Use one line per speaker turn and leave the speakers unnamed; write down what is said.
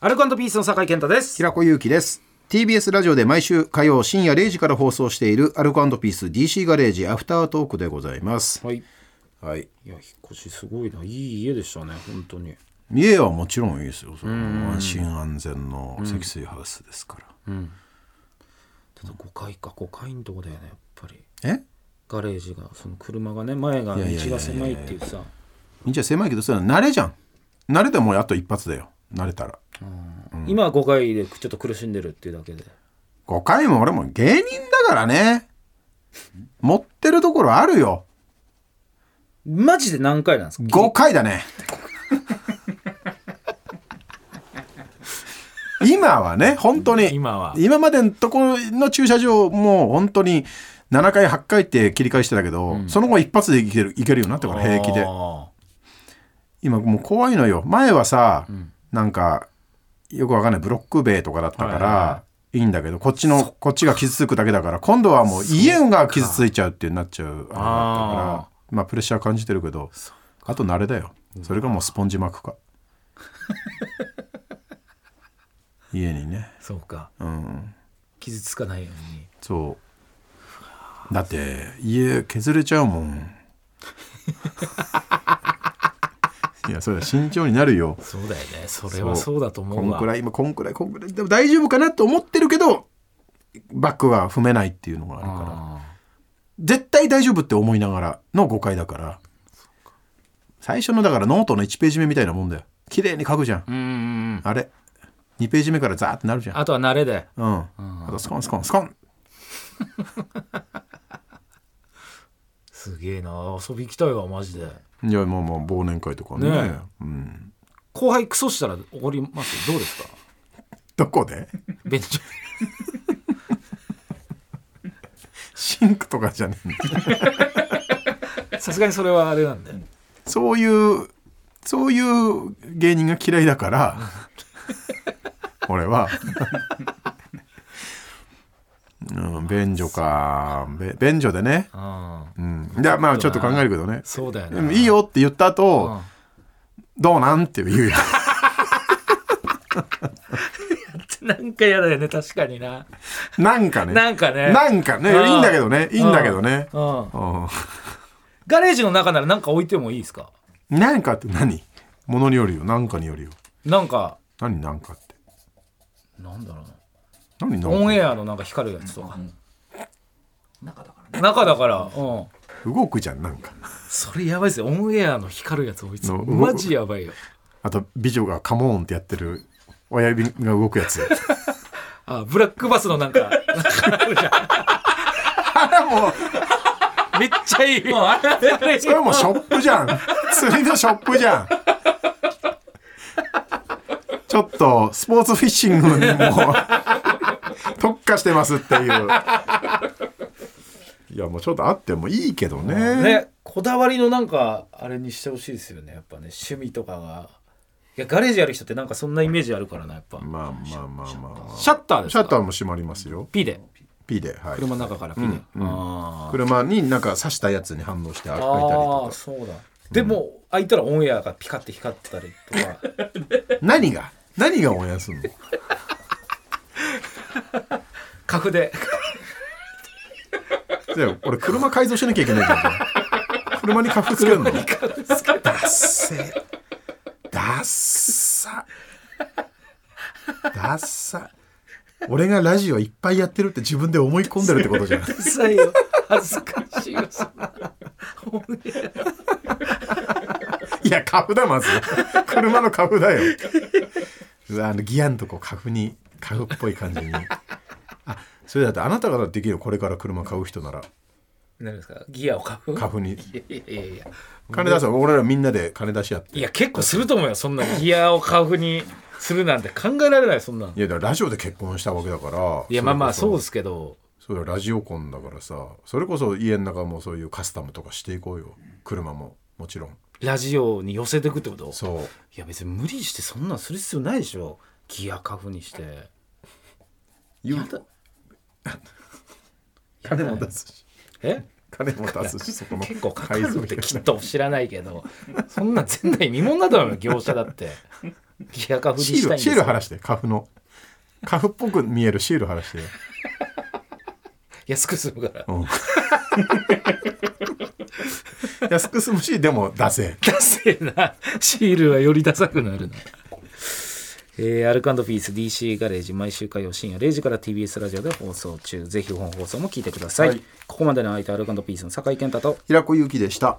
アルコピースの酒井健太です。
平子祐希です TBS ラジオで毎週火曜深夜0時から放送しているアルコピース DC ガレージアフタートークでございます
はい。い
はい
や、引っ越しすごいな。いい家でしたね、本当に。
家はもちろんいいですよそれは安心安全の積水ハウスですから、
ただ5階か、5階のとこだよね、やっぱり。
え
ガレージが、その車がね、前が道
やいやいや
が狭いっていうさ。
じゃ狭いけどそれは慣れじゃん慣れてもうあと一発だよ慣れたら
今は5階でちょっと苦しんでるっていうだけで。
5回も俺も芸人だからね持ってるところあるよ
マジで何回なんですか
5回だね今はね本当に
今は
今までのところの駐車場も本当に7回8回って切り返してたけど、その後一発でいけるいけるようになったから平気で
あ
今もう怖いのよ前はさ、なんかよくわかんないブロック塀とかだったか
はい
ら、い
はいい
んだけどこっちのこっちが傷つくだけだから今度はもう家が傷ついちゃうってなっちゃうあれだったからまあプレッシャー感じてるけどあと慣れだよそれがもうスポンジ巻 くか家にね
ーそうか。
うん
傷つかないように。
そうだって家削れちゃうも んいやそれは慎重になるよ
そうだよね。それはそうだと思
こ
うんわ。
くらい今こんくらいこんくらいでも大丈夫かなと思ってるけどバックは踏めないっていうのがあるから
あ
絶対大丈夫って思いながらの誤解だから最初のだからノートの1ページ目みたいなもんだよ綺麗に書くじゃん、
ーうんうんうん。
あれ2ページ目からザーってなるじゃん
あとは慣れで。
うん、あとスコンスコンスコン
すげえな。遊び行きたいわ、マジで。
いやもうもう忘年会とかね
ねえ
うん、
後輩クソしたら怒りますどう ですか
どこで
ベンチ
シンクとかじゃねえんだ
さすがにそれはあれなんで
そういうそういう芸人が嫌いだから 俺はうん便所かべ便所でね
ああ
うんでまあちょっと考えるけどね
そうだよ
で
ね
もいいよって言った後、どうなんって言うやん
なんか嫌だよね確かにな
なんか ね
なんかね
なんかねい
うん
いんだけどねいいんだけどね
うん
うん
ガレージの中なら何か置いてもいいですか
なんかって何ものによるよなんかによるよ
なんか
何なんかって
なんだろうな
何なんか
オンエアのなんか光るやつとか中だから中だからうん
動くじゃんなんか
それやばいですよオンエアの光るやつ置いてた
の
マジやばいよ
あと美女がカモーンってやってる親指が動く やつ
あブラックバスのなんか なんかあるじゃん
もう
めっちゃいい
それはもうショップじゃん釣りのショップじゃんちょっとスポーツフィッシングにもう特化してますっていういやもうちょっとあってもいいけどね
ね、こだわりのなんかあれにしてほしいですよねやっぱね趣味とかがいやガレージやる人ってなんかそんなイメージあるからなやっぱ、
まあまあまあまあ
シャッターです
シ
か
ャッターも閉まりますよ
P で
P で、はい、
車の中から P で、あー
車になんか刺したやつに反応して開いたり
あ
と
ーそうだでも、開いたらオンエアがピカって光ってたり とか
か何が何がオンエアすんの
カフで
じゃあ俺車改造しなきゃいけないじゃん。車にカフつけるの。ダッセ。ダッサ。ダッサ。俺がラジオいっぱいやってるって自分で思い込んでるってことじゃん。
うるさいよ恥ずかしいよそんない
や、カフだ、まず。車のカフだよ。うわあのギアのとこカフに、カフっぽい感じに。あ、それだってあなたができるよ、これから車買う人なら。
何ですかギアをカフ
カフに。
いやいやいや
金出す俺らみんなで金出し合って。
いや結構すると思うよそんなギアをカフにするなんて考えられないそんなん
いや、だからラジオで結婚したわけだから。
いやまあまあ
それ
そ
こそ
うですけど
そうだよラジオコンだからさそれこそ家の中もそういうカスタムとかしていこうよ車ももちろん
ラジオに寄せていくってこと
そう
いや別に無理してそんなんする必要ないでしょギアカフにして
言う 金も出すし
え
金も出すしそこの
結構かか
改
る
造
って
費
きっと知らないけどそんなん前代未聞だと思うよ業者だってギアカフに
シ
し
ー
た
ル
いん
シ
です
ール
よ
貼らしてカフのカフっぽく見えるシール貼らしてよ
安く済むから
うん安く済むしでも出せ
ダセえなシールはよりダサくなるなえー、アルカンドピース DC ガレージ毎週火曜深夜0時から TBS ラジオで放送中ぜひ本放送も聞いてください、
はい
ここまでの相手はアルカンドピースの酒井健太と
平子祐希でした